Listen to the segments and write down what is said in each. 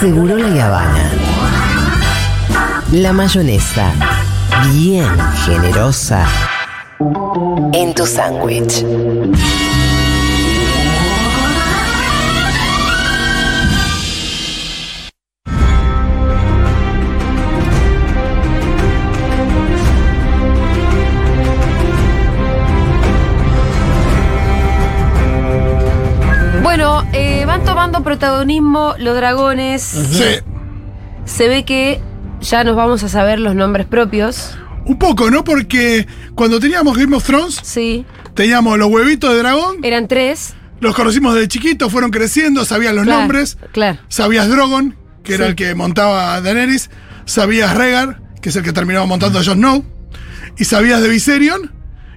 Seguro la Habana. La mayonesa. Bien generosa. En tu sándwich. Bueno, eh, van tomando protagonismo los dragones. Sí. Se ve que ya nos vamos a saber los nombres propios. Un poco, ¿no? Porque cuando teníamos Game of Thrones, Sí. teníamos los huevitos de dragón, Eran tres. los conocimos de chiquitos, fueron creciendo, sabías los Claro, nombres, Claro. sabías Drogon, que era Sí. el que montaba a Daenerys, sabías Rhaegar, que es el que terminaba montando a Jon Snow, y sabías de Viserion,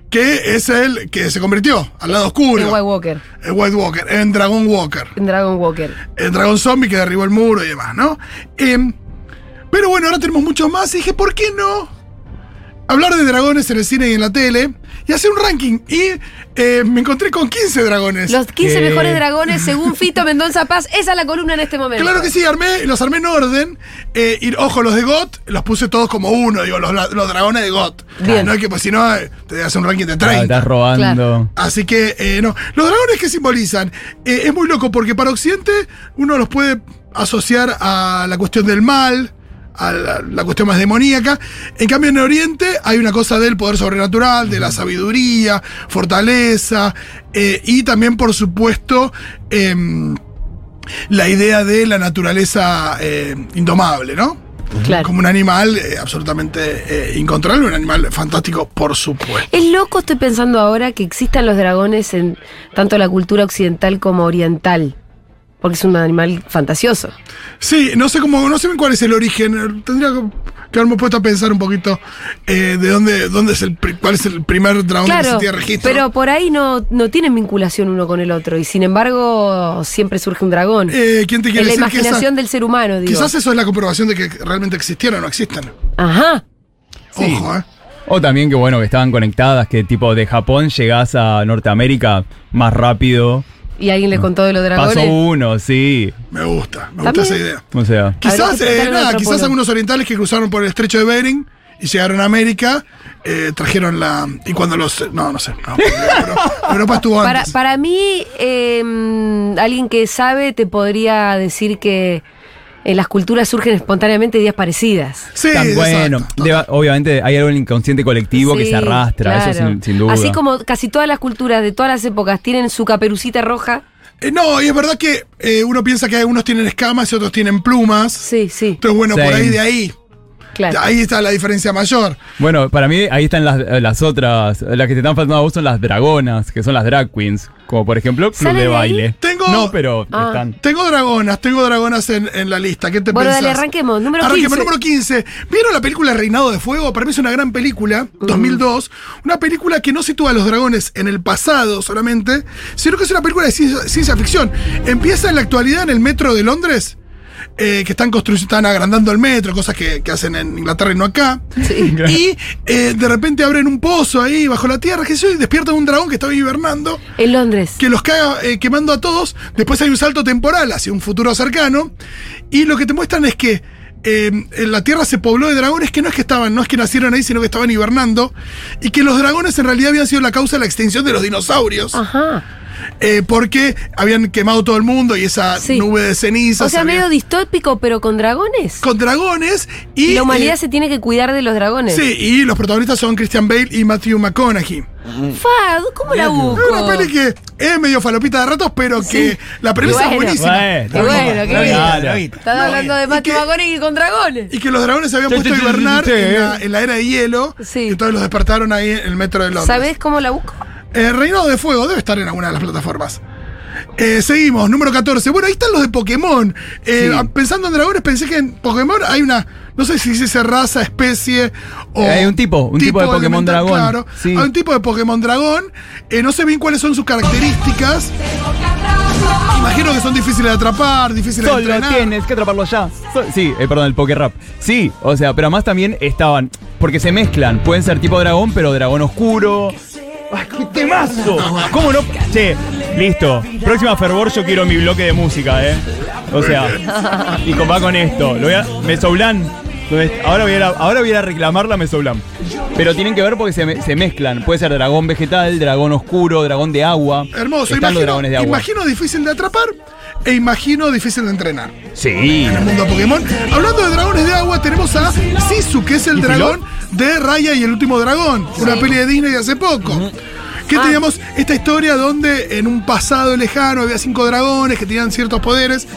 que es el que se convirtió al lado oscuro, En White Walker. el White Walker, en Dragon Walker. En Dragon Walker. el dragón zombie que derribó el muro y demás, ¿no? Em, pero bueno, ahora tenemos muchos más y dije, ¿por qué no hablar de dragones en el cine y en la tele y hacer un ranking? Y eh, me encontré con 15 dragones. Los 15 ¿Qué? mejores dragones según Fito Mendoza Paz. Esa es la columna en este momento. Claro que sí, armé, los armé en orden. eh, y ojo, los de GOT los puse todos como uno, digo, los, los dragones de GOT. Bien. No hay que, pues si no, eh, te hace un ranking de Ah, 30. estás robando. Así que, eh, no. Los dragones que simbolizan. Eh, es muy loco porque para Occidente uno los puede asociar a la cuestión del mal, a la, la cuestión más demoníaca. En cambio, en Oriente hay una cosa del poder sobrenatural, de la sabiduría, fortaleza eh, y también, por supuesto, em, la idea de la naturaleza eh, indomable, ¿no? Claro. Como un animal eh, absolutamente eh, incontrolable, un animal fantástico, por supuesto. Es loco, estoy pensando ahora, que existan los dragones en tanto la cultura occidental como oriental. Porque es un animal fantasioso. Sí, no sé cómo, no sé bien cuál es el origen. Tendría que- que haberme puesto a pensar un poquito eh, de dónde, dónde es el, pri- cuál es el primer dragón que se Claro, tiene registro. pero por ahí no, no tienen vinculación uno con el otro. Y sin embargo, siempre surge un dragón. Eh, ¿Quién te en quiere la decir que esa- imaginación del ser humano, digo. quizás eso es la comprobación de que realmente existieron o no existen? Ajá. Sí. Ojo, ¿eh? O también que bueno, que estaban conectadas, que tipo de Japón llegás a Norteamérica más rápido. Y alguien le contó de los dragones. Mm. Pasó uno, sí. Me gusta, me gusta También. esa idea. O sea. Quizás, que preguntarle eh, al nada, quizás antropólogo. algunos orientales que cruzaron por el estrecho de Bering y llegaron a América, eh, trajeron la. Y cuando los. No, no sé. no, pero- Europa estuvo Para, antes. para mí, eh, mm, alguien que sabe te podría decir que en las culturas surgen espontáneamente ideas parecidas. Sí, tan bueno. exacto. Deba- obviamente hay algo en el inconsciente colectivo que Sí, se arrastra, eso claro. sin, sin duda. Así como casi todas las culturas de todas las épocas tienen su caperucita roja. Eh, no, y es verdad que eh, uno piensa que algunos tienen escamas y otros tienen plumas. Sí, sí, Entonces, bueno, por Same. ahí de ahí. claro. Ahí está la diferencia mayor. Bueno, para mí ahí están las, las otras. Las que te están faltando a vos son las dragonas, que son las drag queens. Como por ejemplo, club ¿Sale de de ahí? baile. Tengo- No, pero Ah. están. Tengo dragonas, tengo dragonas en, en la lista. ¿Qué te Bueno, pensás? dale, arranquemos. Número Arranquemos, 15. número 15. ¿Vieron la película Reinado de Fuego? Para mí es una gran película, 2002. Una película que no sitúa a los dragones en el pasado solamente, sino que es una película de ciencia, ciencia ficción. Empieza en la actualidad en el metro de Londres. eh, que están construyendo, están agrandando el metro, cosas que, que hacen en Inglaterra y no acá. Sí. Y eh, de repente abren un pozo ahí bajo la tierra, que sé yo, y despiertan un dragón que estaba hibernando En Londres. que los caga eh, quemando a todos. Después hay un salto temporal hacia un futuro cercano. Y lo que te muestran es que eh, en la Tierra se pobló de dragones que no es que estaban, no es que nacieron ahí, sino que estaban hibernando. Y que los dragones en realidad habían sido la causa de la extinción de los dinosaurios. Ah. Ajá. eh, porque habían quemado todo el mundo y esa Sí. nube de cenizas. O sea, había- medio distópico, pero con dragones. con dragones. Y, Y la humanidad eh, se tiene que cuidar de los dragones. Sí, y los protagonistas son Christian Bale y Matthew McConaughey. Fad, ¿cómo la busco? Es una peli que es medio falopita de ratos, pero que Sí. la premisa Bueno. es buenísima. Y bueno, ¿qué Claro. Estás hablando de Matthew que- McConaughey con dragones. Y que los dragones se habían Sí, puesto a sí, sí, hibernar sí, sí, en, eh. la, en la era de hielo. Sí. Y entonces los despertaron ahí en el metro de Londres. ¿Sabés cómo la busco? Eh, Reinado de Fuego debe estar en alguna de las plataformas. Eh, seguimos, número 14. Bueno, ahí están los de Pokémon. Eh, Sí. a- Pensando en dragones, pensé que en Pokémon hay una. No sé si se dice raza, especie o. Eh, hay un tipo, un tipo de Pokémon elemental, dragón. Claro. Sí. Hay un tipo de Pokémon dragón. Eh, no sé bien cuáles son sus características. Imagino que son difíciles de atrapar, difíciles de Solo entrenar. tienes que atraparlo ya. So- sí, eh, perdón, el poker rap. Sí, o sea, pero además también estaban. Porque se mezclan. Pueden ser tipo dragón, pero dragón oscuro. ¡Ay, qué temazo! ¿Cómo no? Che, listo. Próxima fervor, yo quiero mi bloque de música, ¿eh? O sea, y con- va con esto. Lo voy a, Mesoblán. Entonces, ahora voy, a ir a, ahora voy a ir a reclamar la Mesoblán. Pero tienen que ver porque se, me- se mezclan. Puede ser dragón vegetal, dragón oscuro, dragón de agua. Hermoso, Están los imagino, dragones de agua. imagino difícil de atrapar e imagino difícil de entrenar. Sí. En el mundo Pokémon. Hablando de dragones de agua, tenemos a Sisu, que es el ¿Y dragón de Raya y el último dragón, una peli de Disney de hace poco. Que teníamos esta historia donde en un pasado lejano había cinco dragones que tenían ciertos poderes.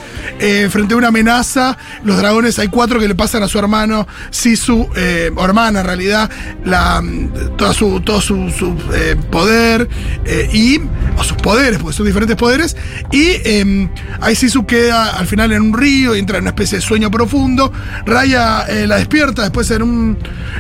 eh, frente a una amenaza, los dragones, hay cuatro que le pasan a su hermano Sisu, eh, o hermana en realidad, la, mm, toda su, todo su, su, eh, poder eh, y. o sus poderes, porque son diferentes poderes. Y eh, ahí Sisu queda al final en un río, entra en una especie de sueño profundo. Raya eh, la despierta después en un.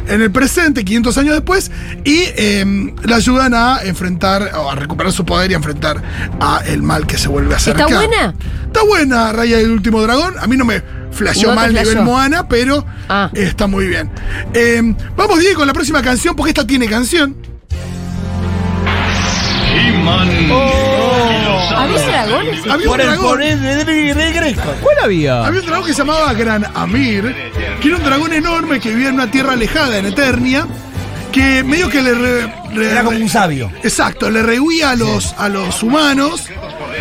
en el presente, 500 años después, y eh, la ayudan a enfrentar, o a recuperar su poder y a enfrentar a el mal que se vuelve a acercar. buena? Está buena, Raya del último dragón. A mí no me flasheó No te mal nivel flasheó. Moana, pero Ah. eh, está muy bien. Eh, vamos, Diego, con la próxima canción, porque esta tiene canción. ¿Habéis dragones? Había un dragón. ¿Cuál había? Había un dragón que se llamaba Gran Amir, que era un dragón enorme que vivía en una tierra alejada, en Eternia, que medio que le... re- re- Era como un sabio. Exacto, le rehuía a los, a los humanos,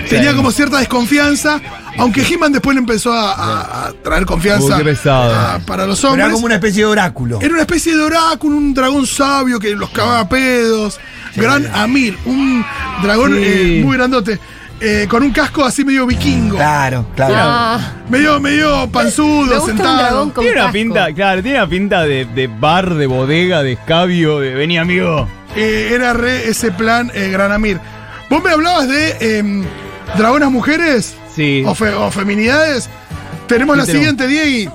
tenía como cierta desconfianza, aunque He-Man después le empezó a, a- a traer confianza Uy, qué pesado. a- para los Pero hombres. Era como una especie de oráculo. Era una especie de oráculo, un dragón sabio que los cagaba a pedos. Gran Amir, un dragón Sí. eh, muy grandote, eh, con un casco así medio vikingo. Claro, claro. Ah, Medio, medio me panzudo, gusta un sentado. dragón con Tiene una casco. pinta, claro, tiene una pinta de, de bar, de bodega, de escabio, de vení amigo. Eh, era re ese plan eh, Gran Amir. Vos me hablabas de em, dragonas mujeres Sí. o, fe- o feminidades. Tenemos Sí, la tenemos. siguiente, Diegui.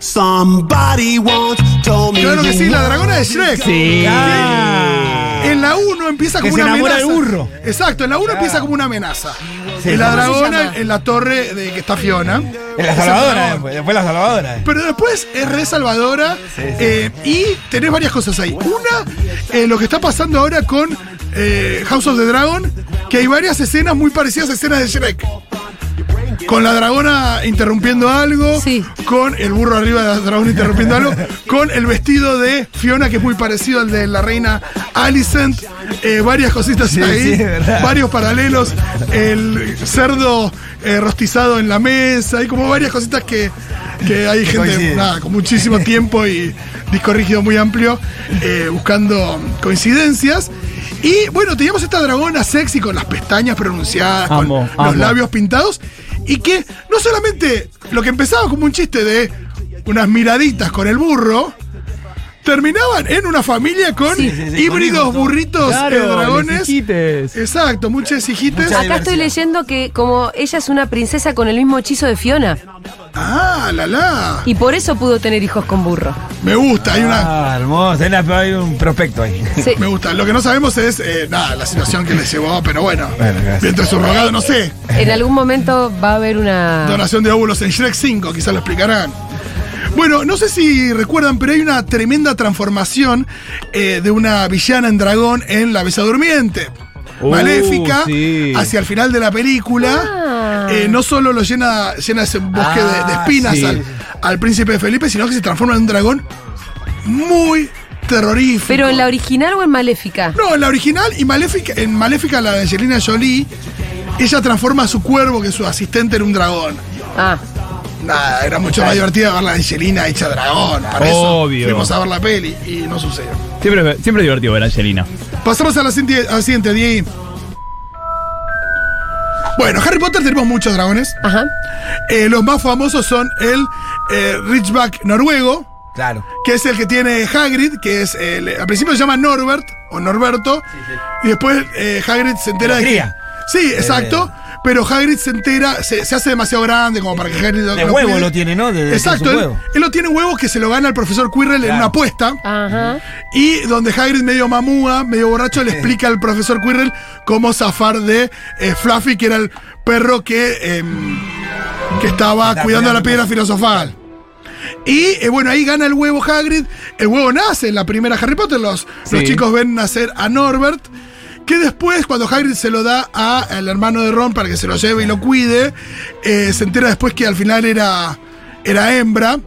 Somebody once told me. Claro que sí, la dragona de Shrek. Sí. En la 1 empieza Que como se una enamora amenaza. del burro. Exacto, en la 1 empieza como una amenaza. Sí. en la ¿Cómo se dragona, llama? en la torre de que está Fiona. En la Es el salvadora, dragón. después, después la salvadora. Pero después es re salvadora eh, y tenés varias cosas ahí. Una, eh, lo que está pasando ahora con eh, House of the Dragon, que hay varias escenas muy parecidas a escenas de Shrek. Con la dragona interrumpiendo algo, Sí. con el burro arriba de la dragona interrumpiendo algo, con el vestido de Fiona, que es muy parecido al de la reina Alicent, eh, varias cositas ahí, sí, es verdad. varios paralelos, el cerdo eh, rostizado en la mesa, hay como varias cositas que, que hay gente coinciden. nada, con muchísimo tiempo y disco rígido muy amplio, eh, buscando coincidencias. Y bueno, teníamos esta dragona sexy con las pestañas pronunciadas, Amo, con amo. los labios pintados, y que no solamente lo que empezaba como un chiste de unas miraditas con el burro, terminaban en una familia con Sí, sí, sí, con híbridos, hijos, todo. burritos, eh, les dragones. hijites. Exacto, muchas hijites. Muchas- Acá estoy leyendo que como ella es una princesa con el mismo hechizo de Fiona Ah, la la. y por eso pudo tener hijos con burro. Me gusta, hay una. Ah, hermoso. Hay, una- hay un prospecto ahí. Sí. Me gusta. Lo que no sabemos es eh, nada, la situación que les llevó, pero bueno. Bueno, gracias. mientras subrogado, no sé. En algún momento va a haber una... Donación de óvulos en Shrek 5, quizás lo explicarán. Bueno, no sé si recuerdan, pero hay una tremenda transformación eh, de una villana en dragón en La Besa Durmiente. Uh, Maléfica, sí. hacia el final de la película, Ah. eh, no solo lo llena, llena ese bosque de- de, Ah, espinas sí. al, al príncipe Felipe, sino que se transforma en un dragón muy terrorífico. Pero en la original o en Maléfica. No, en la original y Maléfica, en Maléfica, la de Angelina Jolie, ella transforma a su cuervo, que es su asistente, en un dragón. Ah, Nada, era mucho más divertida ver la Angelina hecha dragón. Para Obvio. eso fuimos a ver la peli y no sucedió. Siempre, siempre es divertido ver a Angelina. Pasamos a la siguiente, a la siguiente Diego. Bueno, Harry Potter tenemos muchos dragones. ajá. Eh, los más famosos son el eh, Ridgeback noruego, Claro. que es el que tiene Hagrid, que es el, al principio se llama Norbert o Norberto, y después eh, Hagrid se entera Lo de que- cría. Sí, exacto. Eh. Pero Hagrid se entera, se, se hace demasiado grande como para que Hagrid lo De lo huevo cuide. lo tiene, ¿no? De, de- Exacto, con su él, huevo. él lo tiene huevo que se lo gana el profesor Quirrell en Claro. una apuesta. Ajá. Y donde Hagrid, medio mamúa, medio borracho, le explica al profesor Quirrell cómo zafar de eh, Fluffy, que era el perro que, em, que estaba Está cuidando la piedra cuidando. filosofal. Y eh, bueno, ahí gana el huevo Hagrid. El huevo nace en la primera Harry Potter. Los, los Sí. chicos ven nacer a Norbert. Que después, cuando Hagrid se lo da a- al hermano de Ron para que se lo lleve y lo cuide, eh, se entera después que al final era, era hembra.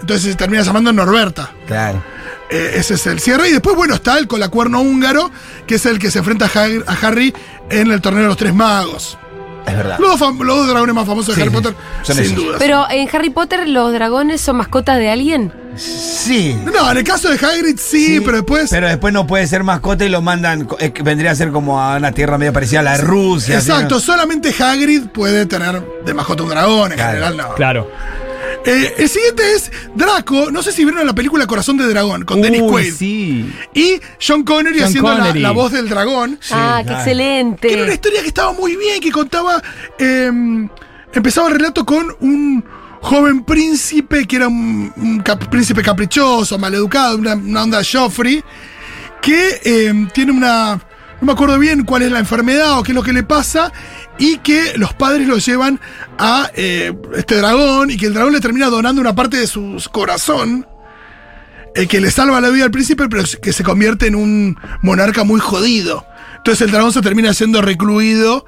Entonces se termina llamando Norberta. Claro. Eh, ese es el cierre. Y después, bueno, está el colacuerno húngaro, que es el que se enfrenta a, Hag- a Harry en el torneo de los tres magos. Es verdad. Los dos, fam- los dos dragones más famosos de Sí, Harry sí. Potter, Son sin esos. duda. Pero en Harry Potter los dragones son mascotas de alguien. Sí. No, en el caso de Hagrid sí, pero después. Pero después no puede ser mascota y lo mandan. co- es que vendría a ser como a una tierra medio parecida a la de Rusia. así, exacto, ¿no? solamente Hagrid puede tener de mascota un dragón, en Claro, general no. Claro. Eh, el siguiente es Draco. No sé si vieron la película Corazón de Dragón con Dennis Uy, Quaid. sí. Y John Connery John haciendo la- Connery. La, voz del dragón. ah, qué claro. Que era una excelente. historia que estaba muy bien, que contaba. eh, empezaba el relato con un joven príncipe que era un, un cap- príncipe caprichoso, maleducado, una, una onda Joffrey, que eh, tiene una. No me acuerdo bien cuál es la enfermedad o qué es lo que le pasa, y que los padres lo llevan a eh, este dragón, y que el dragón le termina donando una parte de su corazón. El que le salva la vida al príncipe, pero que se convierte en un monarca muy jodido. Entonces el dragón se termina siendo recluido.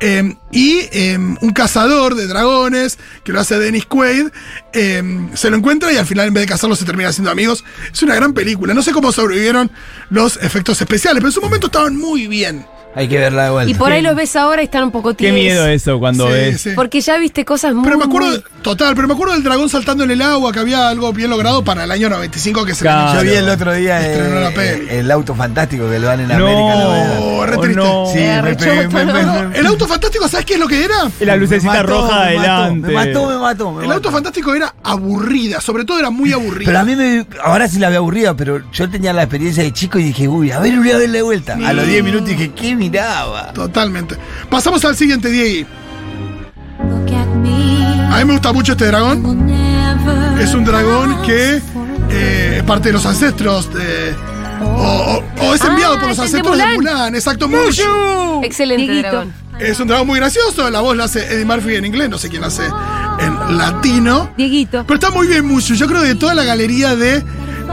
eh, y eh, un cazador de dragones, que lo hace Dennis Quaid, eh, se lo encuentra y al final, en vez de cazarlo, se termina siendo amigos. Es una gran película. No sé cómo sobrevivieron los efectos especiales, pero en su momento estaban muy bien. Hay que verla de vuelta. Y por ahí los ves ahora y están un poco Qué tiesos. miedo eso cuando Sí, ves. sí. Porque ya viste cosas muy. Pero me acuerdo, muy- total, pero me acuerdo del dragón saltando en el agua, que había algo bien logrado para el año 95 que se le Claro. Yo anunció vi bien. el otro día Estrenó la eh, peli. el auto fantástico que lo dan en No, América. ¿no? Oh, re triste. no. Sí, Eh, me re pegué, choto, me- me- ¿no? me- El auto fantástico, ¿sabes qué es lo que era? Y la lucecita me mató, roja me mató, adelante. Me mató, me mató. me El mató. auto fantástico era aburrida, sobre todo era muy aburrida. Pero a mí me. Ahora sí la veo aburrida, pero yo tenía la experiencia de chico y dije, uy, a ver, voy a verla de vuelta. A los 10 minutos dije, ¿qué miraba? Totalmente. Pasamos al siguiente, Diego. A mí me gusta mucho este dragón. Es un dragón que eh, es parte de los ancestros. de- o, o- o es enviado Ah, por los es el de ancestros de Mulan. Mulan. Exacto, Mushu. Excelente Dieguito. dragón. Es un dragón muy gracioso. La voz la hace Eddie Murphy en inglés. No sé quién la hace en latino. Dieguito. Pero está muy bien Mushu. Yo creo que de toda la galería de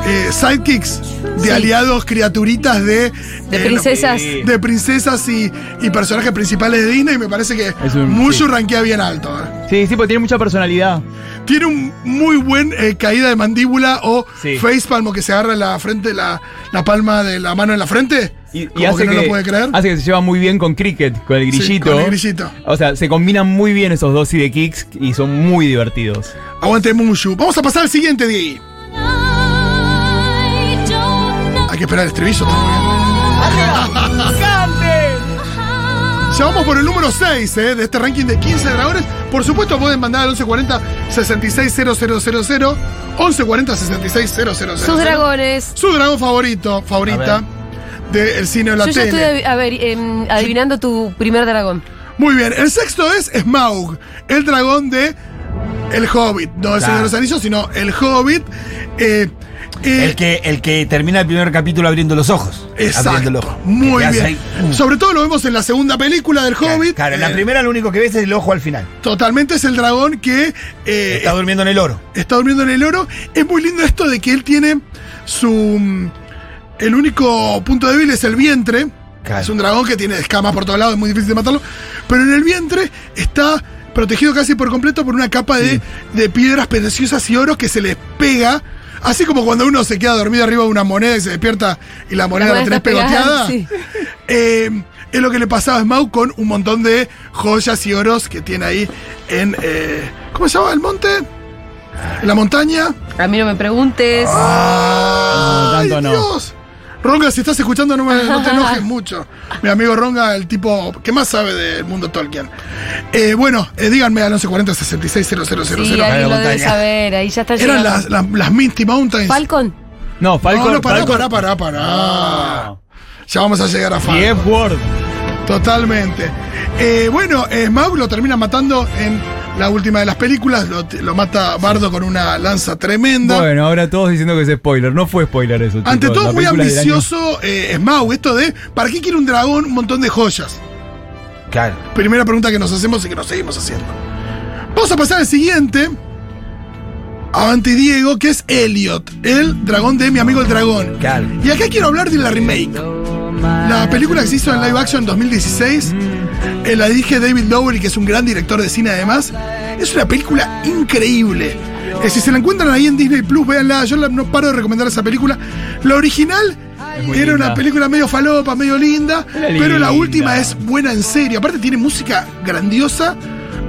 eh, sidekicks, de aliados, criaturitas de... De eh, princesas. de princesas y, y personajes principales de Disney, me parece que Es un- Mushu sí. rankea bien alto. ¿eh? Sí, sí, porque tiene mucha personalidad. Tiene un muy buen eh, caída de mandíbula o Sí. facepalm o que se agarra la frente, la, la palma de la mano en la frente. Y, y Como hace que no lo puede creer. Hace que se lleva muy bien con cricket, con el Sí, grillito. con el grillito. O sea, se combinan muy bien esos dos de kicks y son muy divertidos. Aguante Mushu. Vamos a pasar al siguiente, Diego. Hay que esperar el estribillo. Ya vamos por el número 6 eh, de este ranking de 15 dragones. Por supuesto, pueden mandar al 1140-660000. 1140-660000. Sus dragones. Su dragón favorito, favorita del cine o la Yo ya tele. estoy avi- a ver, em, adivinando tu primer dragón. Muy bien, el sexto es Smaug, el dragón de El Hobbit. No el Señor de los Anillos, sino El Hobbit. Eh, eh, El que, el que termina el primer capítulo abriendo los ojos. Abriendo el Exacto. ojo. Muy Que te hace bien. ahí, uh, Sobre todo lo vemos en la segunda película del Hobbit. Claro, en Eh, la primera lo único que ves es el ojo al final. Totalmente es el dragón que eh, Está durmiendo en el oro. está durmiendo en el oro. Es muy lindo esto de que él tiene su. mm, El único punto débil es el vientre. Claro. Es un dragón que tiene escamas por todos lados, es muy difícil de matarlo. Pero en el vientre está protegido casi por completo por una capa de, de piedras preciosas y oro que se les pega. Así como cuando uno se queda dormido arriba de una moneda y se despierta y la moneda la, moneda tenés está pegada, pegoteada. sí. Eh, es lo que le pasaba a Smaug con un montón de joyas y oros que tiene ahí en. eh, ¿Cómo se llama? ¿El monte? Ah. ¿En la montaña? A mí no me preguntes. ¡Ay, tanto no. Dios! Ronga, si estás escuchando, no, me- no te enojes mucho. Mi amigo Ronga, el tipo que más sabe del mundo Tolkien. Eh, bueno, eh, díganme al 1140 660000. sí, cae la alguien lo debe montaña. saber. Ahí ya está Eran llegando. las, las, las Minty Mountains. Falcon. No, Falcon. no, no, pará, pará, Falcon- pará, pará. Ya vamos a llegar a Y Falcon. F Word. Totalmente. Eh, bueno, eh, Smaug lo termina matando en la última de las películas. Lo, lo mata Bardo con una lanza tremenda. Bueno, ahora todos diciendo que es spoiler. No fue spoiler eso. Ante chicos. todo, La muy película del año- ambicioso eh, Smaug. Esto de, ¿para qué quiere un dragón un montón de joyas? Claro. Primera pregunta que nos hacemos y que nos seguimos haciendo. Vamos a pasar al siguiente. Avanti Diego, que es Elliot, el dragón de mi amigo el dragón. Claro. Y acá quiero hablar de la remake. La película que se hizo en live action en 2016, eh, la dirige David Lowery, que es un gran director de cine además. Es una película increíble. Eh, si se la encuentran ahí en Disney Plus, véanla. Yo la- no paro de recomendar esa película. La original muy era una linda. película medio falopa, medio linda, Era pero la linda. última es buena en serio. Aparte tiene música grandiosa,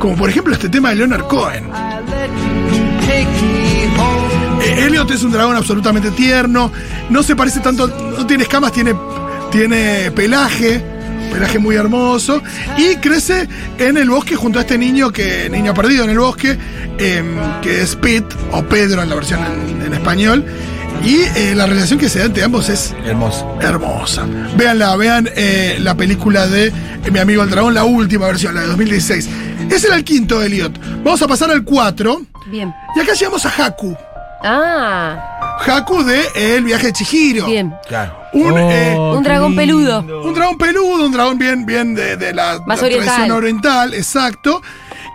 como por ejemplo este tema de Leonard Cohen. Eh, Elliot es un dragón absolutamente tierno. No se parece tanto. No tiene escamas, tiene, tiene pelaje. Pelaje muy hermoso. Y crece en el bosque junto a este niño que. niño perdido en el bosque. em, que es Pete o Pedro en la versión en, en español. Y eh, la relación que se da entre ambos es Hermoso. hermosa. Veanla, vean eh, la película de eh, Mi amigo el dragón, la última versión, la de 2016. Ese era el quinto, Elliot. Vamos a pasar al cuatro. Bien. Y acá llegamos a Haku. Ah, Haku de eh, El viaje de Chihiro. bien. Claro. Un, Oh, eh, Un dragón peludo. un dragón peludo, un dragón bien, bien de, de la, Más la oriental. tradición oriental, exacto.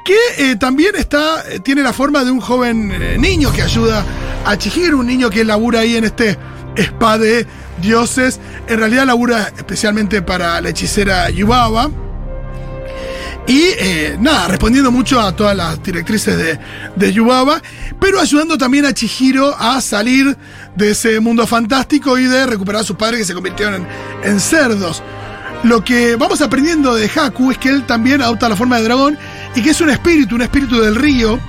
Que eh, también está, eh, tiene la forma de un joven eh, niño que ayuda a Chihiro, un niño que labura ahí en este spa de dioses. En realidad labura especialmente para la hechicera Yubaba. Y eh, nada, respondiendo mucho a todas las directrices de, de Yubaba, pero ayudando también a Chihiro a salir de ese mundo fantástico y de recuperar a sus padres que se convirtieron en, en cerdos. Lo que vamos aprendiendo de Haku es que él también adopta la forma de dragón y que es un espíritu, un espíritu del río,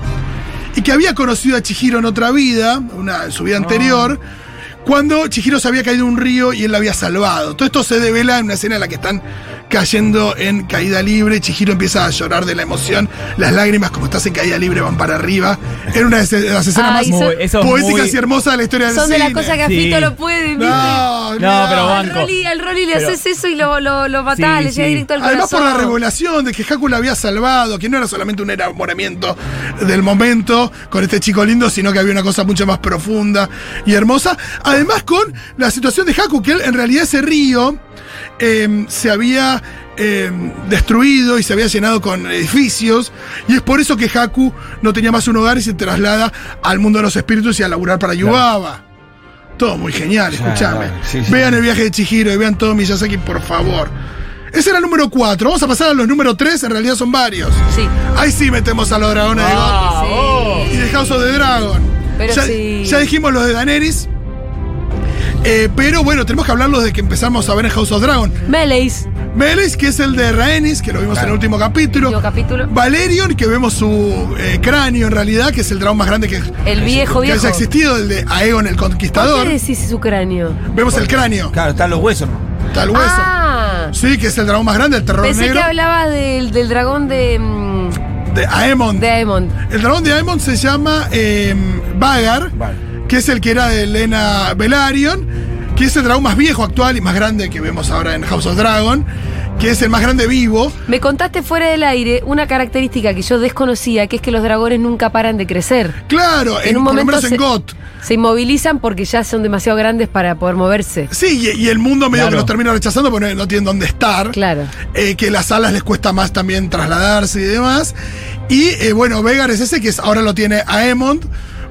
y que había conocido a Chihiro en otra vida, una, en su Ah. vida anterior, cuando Chihiro se había caído en un río y él la había salvado. Todo esto se devela en una escena en la que están cayendo en caída libre, Chihiro empieza a llorar de la emoción, las lágrimas como estás en caída libre van para arriba. Era una de las escenas Ay, más son- eso es poéticas muy- y hermosas de la historia del Son de las cine. cosas que a Sí. Fito lo puede, ¿viste? No, No, no. pero Al banco. Rolly, al Rolly le Pero- haces eso y lo, lo, lo matás, Sí, le llega sí. directo al Además por corazón. la revelación de que Haku la había salvado, que no era solamente un enamoramiento del momento con este chico lindo, sino que había una cosa mucho más profunda y hermosa. Además con la situación de Haku, que él en realidad ese río eh, se había eh, destruido y se había llenado con edificios, y es por eso que Haku no tenía más un hogar y se traslada al mundo de los espíritus y a laburar para Yubaba. Todo muy genial, escúchame. claro, sí, sí. vean el viaje de Chihiro y vean todo Miyazaki, por favor. Ese era el número 4. Vamos a pasar a los número 3, en realidad son varios. Sí. Ahí sí metemos a los dragones de God Ah, vos. y de House of the Dragon. Pero ya, sí. ya dijimos los de Daenerys. Eh, pero bueno, tenemos que hablarlos desde que empezamos a ver en House of Dragon. Meleis, Melis, que es el de Rhaenys, que lo vimos en el último capítulo. último capítulo. Valerion, que vemos su eh, cráneo en realidad, que es el dragón más grande que, El viejo que viejo. haya existido, el de Aegon el ¿Por Conquistador. qué decís su cráneo? Vemos el cráneo, Claro, están los huesos, ¿no? tal hueso. Ah, Sí, que es el dragón más grande, el terror pensé negro que hablabas del, del dragón de, mm, de Aemon. de Aemon. El dragón de Aemon se llama eh, Vagar, Vale. que es el que era de Elena Velaryon, que es el dragón más viejo actual y más grande que vemos ahora en House of Dragon, que es el más grande vivo. Me contaste fuera del aire una característica que yo desconocía, que es que los dragones nunca paran de crecer. Claro, en, En un por lo momento menos en se- GOT. Se inmovilizan porque ya son demasiado grandes para poder moverse. Sí, y, y el mundo medio Claro. que los termina rechazando porque no, no tienen dónde estar. Claro. eh, que las alas les cuesta más también trasladarse y demás. Y eh, bueno, Vegar es ese que es- ahora lo tiene Aemond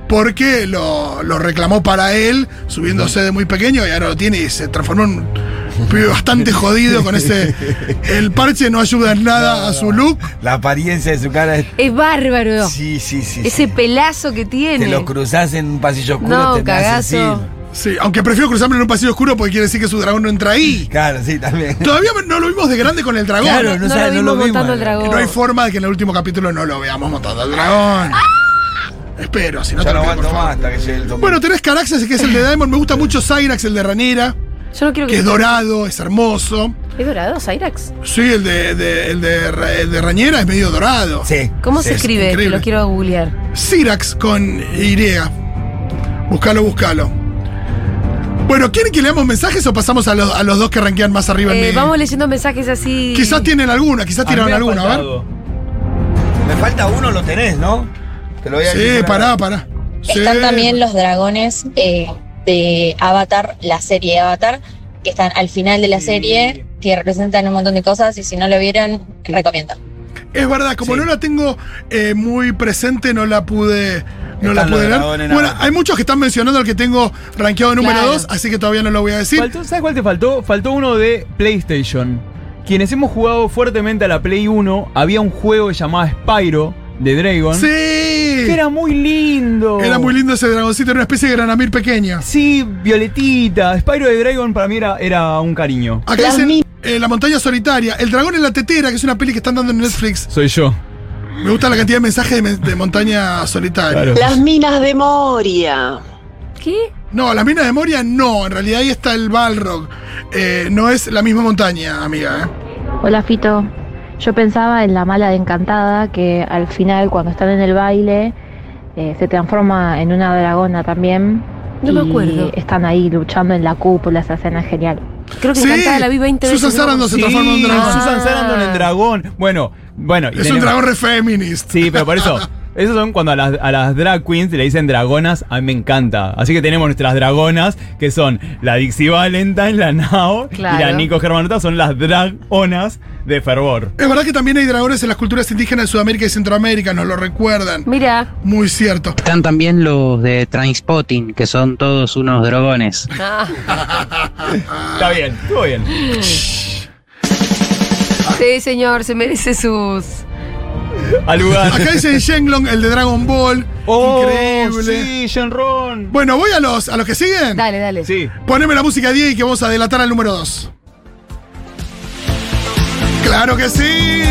porque lo, lo reclamó para él, subiéndose de muy pequeño y ahora lo tiene y se transformó en un pibe bastante jodido con ese... El parche no ayuda en nada a su look. La apariencia de su cara es. Es bárbaro. Sí, sí, sí. Ese sí. pelazo que tiene. Te lo cruzás en un pasillo oscuro. No, te me hace cagazo. así. Sí, aunque prefiero cruzarme en un pasillo oscuro porque quiere decir que su dragón no entra ahí. Claro, sí, también. Todavía no lo vimos de grande con el dragón. ¿eh? Claro, no no, sabe, lo no vimos lo vimos, montando el eh. dragón. No hay forma de que en el último capítulo no lo veamos matando al dragón. Espero, si no te Ya lo no pido, por aguanto favor. más hasta que llegue el domingo. Bueno, tenés Caraxes, que es el de Daemon. Me gusta mucho Cyrax, el de Ranera, Yo no quiero que que. es dorado, es hermoso. ¿Es dorado, Cyrax? Sí, el de, de- el de, Ra- el de Rañera es medio dorado. Sí. ¿Cómo sí, se sí. escribe? Que increíble. lo quiero googlear. Cyrax con Y. Buscalo, buscalo. Bueno, ¿quieren que leamos mensajes o pasamos a, los- a los dos que ranquean más arriba en Eh, mi- vamos leyendo mensajes así. Quizás tienen alguna, quizás tiraron alguna, a ver. Me falta uno, lo tenés, ¿no? Te lo voy a Sí, decir. pará, pará. Sí. Están también los dragones eh, de Avatar, la serie Avatar, que están al final de la serie, que representan un montón de cosas y si no lo vieron, recomiendo. es verdad, como Sí. no la tengo eh, muy presente, no la pude. No Están la los pude ver. dragones, Bueno, nada. hay muchos que están mencionando al que tengo rankeado número Claro. 2, así que todavía no lo voy a decir. Faltó- ¿Sabes cuál te faltó? Faltó uno de PlayStation. Quienes hemos jugado fuertemente a la Play 1, había un juego llamado Spyro de Dragon. Sí. Que era muy lindo. Era muy lindo ese dragoncito, era una especie de granamir pequeño. Sí, Violetita. Spyro de Dragon para mí era, era un cariño. Acá dicen eh, La montaña solitaria, El dragón en la tetera, que es una peli que están dando en Netflix. Soy yo. Me gusta la cantidad de mensajes de, men- de montaña solitaria. Claro. Las minas de Moria. ¿Qué? No, las minas de Moria no, en realidad ahí está el Balrog. Eh, no es la misma montaña, amiga. ¿eh? Hola Fito, yo pensaba en la mala de Encantada que al final cuando están en el baile eh, se transforma en una dragona también. No me y acuerdo. Están ahí luchando en la cúpula, esa escena es genial. Creo que Sí, encantada la vi 20 veces. Susan ¿no? Sarandon se Sí, transforma en un dragón. Susan Ah. Sarandon en dragón. Bueno, bueno. Es y un tenemos- dragón re feminist. Sí, pero por eso. Esos son cuando a las, a las drag queens le dicen dragonas, a mí me encanta. Así que tenemos nuestras dragonas, que son la Dixie Valentine, la Nao y la Claro. Nico Germanota, son las dragonas de fervor. Es verdad que también hay dragones en las culturas indígenas de Sudamérica y Centroamérica, nos lo recuerdan. Mira. Muy cierto. Están también los de Trainspotting, que son todos unos drogones. Está bien, estuvo bien. Sí, señor, se merece sus. Al lugar. Acá dicen Shenlong, el de Dragon Ball. Oh, Increíble. Sí, Shenron. Bueno, voy a los, a los que siguen. Dale, dale. Sí. Poneme la música 10 y que vamos a delatar al número 2. ¡Claro que sí!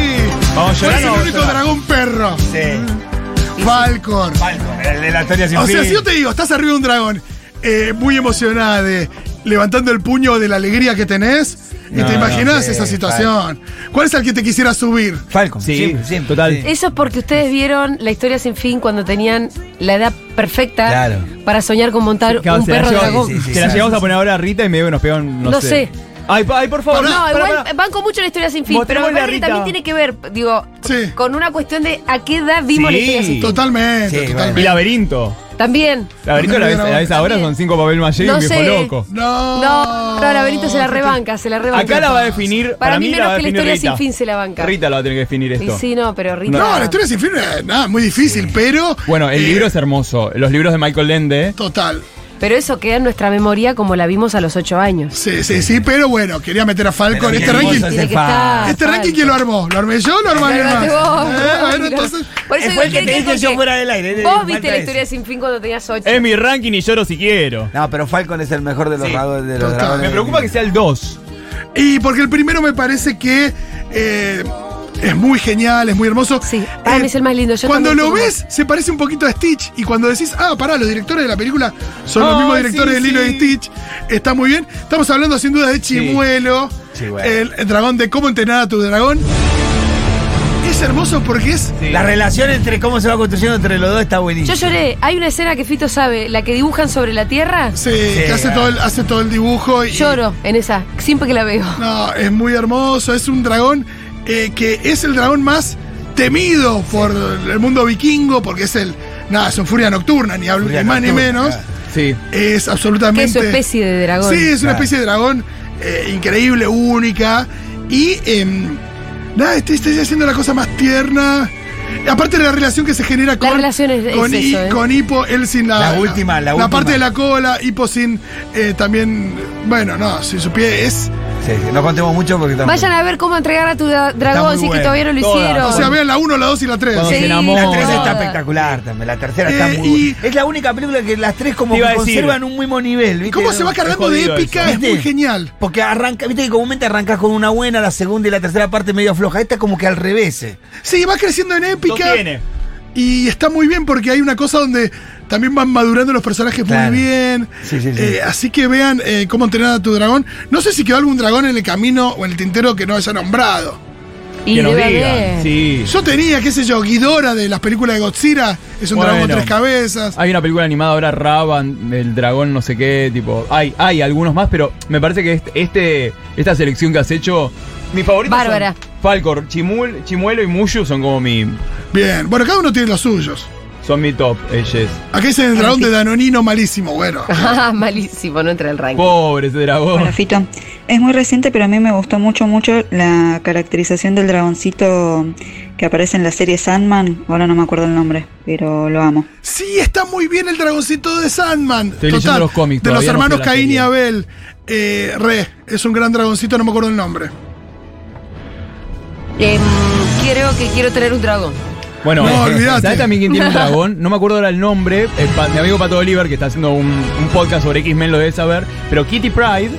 Vamos Fue el llorando. único dragón perro. Sí, Falcor. Falcon, el de la historia sin O sea, fin. si yo te digo, estás arriba de un dragón, eh, muy emocionada, de- levantando el puño de la alegría que tenés, y No, te imaginás sí, esa situación. ¿Cuál es el que te quisiera subir? Falcon, Sí, siempre, siempre, total. sí. Eso es porque ustedes vieron la historia sin fin cuando tenían la edad perfecta Claro. para soñar con montar Claro, un se la perro llevo- dragón. sí, sí, Se la sí. llegamos a poner ahora a Rita y medio que nos pegan, no, No sé. Ay, pa- ay, por favor. No, pará, igual eh, pará. banco mucho la historia sin fin, pero Mostremos me parece la que Rita. también tiene que ver, digo, Sí. con una cuestión de a qué edad vimos la Sí. historia sin fin. Totalmente, Sí, Y totalmente. laberinto. También. Laberinto la ves, la ves ahora, son cinco papel maché y No un viejo sé. loco. No, No, no, Laberinto se la rebanca, se la rebanca. Acá la va a definir. Para, Para mí la va menos que a la definir historia Rita. sin fin se la banca. Rita la va a tener que definir Y esto. sí, no, pero Rita. No, la historia sin fin, eh, nada, muy difícil, pero. Bueno, el eh, libro es hermoso. Los libros de Michael Lende. Total. Pero eso queda en nuestra memoria como la vimos a los ocho años. Sí, sí, sí, pero bueno, quería meter a Falcon. Pero Este qué ranking, hermoso Tiene hace que falta. estar. este ranking que ¿quién lo armó? ¿Lo armé yo o lo armó alguien más? Vos, Eh, bueno, mirá. entonces. Por eso Fue el digo, que tiene te dije ser yo que- fuera del aire. Vos falta viste la ese. historia sin fin cuando tenías ocho. Es mi ranking y lloro si quiero. No, pero Falcon es el mejor de los, Sí, dragones- de los total. dragones. Me preocupa que sea el 2. Y porque el primero me parece que eh, es muy genial, es muy hermoso. Eh, Sí, para mí es el más lindo, yo cuando también lo tengo. ves, se parece un poquito a Stitch. Y cuando decís, ah, pará, los directores de la película son los Ay, mismos directores sí, de Lilo sí. y Stitch. Está muy bien. Estamos hablando sin duda de Chimuelo, Sí, bueno. el, el dragón de cómo entrenar a tu dragón. Es hermoso porque es. La relación entre cómo se va construyendo entre los dos está Yo buenísima. lloré. Hay una escena que Fito sabe, la que dibujan sobre la tierra. Sí, que hace, ah. todo el, hace todo el dibujo. Y, Lloro en esa, siempre que la veo. No, es muy hermoso. Es un dragón eh, que es el dragón más temido por el mundo vikingo, porque es el. Nada, es un furia nocturna, ni, hablo, Furia ni más ni nocturna, menos. claro. Sí. Es Que absolutamente. es su especie de dragón. Sí, es una Claro. especie de dragón eh, increíble, única. Y. em, nada, este está haciendo la cosa más tierna. Y Aparte de la relación que se genera con. relación es- es con, eso, ¿eh? con Hippo, él sin la. La última, la última. parte de la cola, Hippo sin. eh, también. Bueno, no, sin su pie. Es. Sí, sí, no contemos mucho porque estamos. Vayan a ver cómo entregar a tu da- dragón, si muy es que bueno. todavía no lo Todas. hicieron. O sea, vean la 1, la 2 y la 3. Cuando Sí, se enamora. La 3 está Todas. espectacular también, la tercera Eh, está muy y- Es la única película que las tres como Te que iba a decir. conservan un mismo nivel, ¿viste? ¿Cómo se va cargando de jodido épica? eso. Es muy ¿Viste? genial. Porque arranca, viste que comúnmente arrancas con una buena, la segunda y la tercera parte medio floja. Esta es como que al revés. eh. Sí, va creciendo en Lo épica. tiene. Y está muy bien porque hay una cosa donde también van madurando los personajes Claro. muy bien. Sí, sí, sí. Eh, así que vean eh, cómo entrenar a tu dragón. No sé si quedó algún dragón en el camino o en el tintero que no haya nombrado. y que nos debe digan. haber. Sí. Yo tenía, qué sé yo, Guidora de las películas de Godzilla. Es un Bueno. dragón con tres cabezas. Hay una película animada ahora, Raban, el dragón no sé qué, tipo. Hay, hay algunos más, pero me parece que este, este- esta selección que has hecho. Mi favorita. Bárbara. Falcor, Chimul, Chimuelo y Mushu son como mi. Bien, bueno, cada uno tiene los suyos. son mi top, ellas. Acá es el dragón de Danonino malísimo, bueno. Ah, Malísimo, no entra en el ranking. Pobre ese dragón. Hola, Fito. Es muy reciente, pero a mí me gustó mucho, mucho la caracterización del dragoncito que aparece en la serie Sandman. Ahora no me acuerdo el nombre, pero lo amo. Sí, está muy bien el dragoncito de Sandman. Estoy leyendo los cómics de los todavía, no hermanos fui a la Caín y serie. Abel. Eh, re, es un gran dragoncito, no me acuerdo el nombre. Em, creo que quiero tener un dragón. Bueno, No, olvídate. ¿sabes también quién tiene un dragón? No me acuerdo ahora el nombre. eh, pa- mi amigo Pato Oliver, que está haciendo un, un podcast sobre X-Men, lo debe saber. Pero Kitty Pride,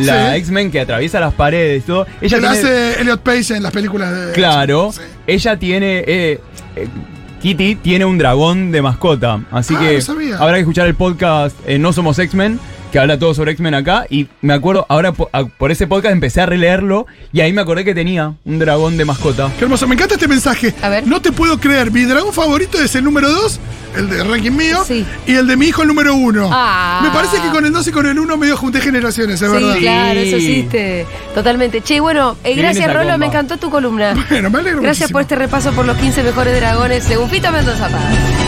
la Sí. X-Men que atraviesa las paredes y todo. Ella Ella lo tiene, hace Elliot Page en las películas de. Claro, Sí. ella tiene. eh, eh, Kitty tiene un dragón de mascota. Así Ah, que no sabía. habrá que escuchar el podcast eh, No Somos X-Men, que habla todo sobre X-Men acá. Y me acuerdo, ahora po- a- por ese podcast empecé a releerlo y ahí me acordé que tenía un dragón de mascota. Qué hermoso, me encanta este mensaje. A ver. No te puedo creer, mi dragón favorito es el número 2, el de ranking mío, Sí. y el de mi hijo el número 1. Ah. Me parece que con el 2 y con el 1 medio junté generaciones, es Sí, verdad. claro, Sí. eso existe. Totalmente. Che, bueno, eh, Qué bien gracias esa Rolo, comba. me encantó tu columna. Bueno, me alegro Gracias muchísimo. por este repaso por los 15 mejores dragones según Fito Mendoza Paz.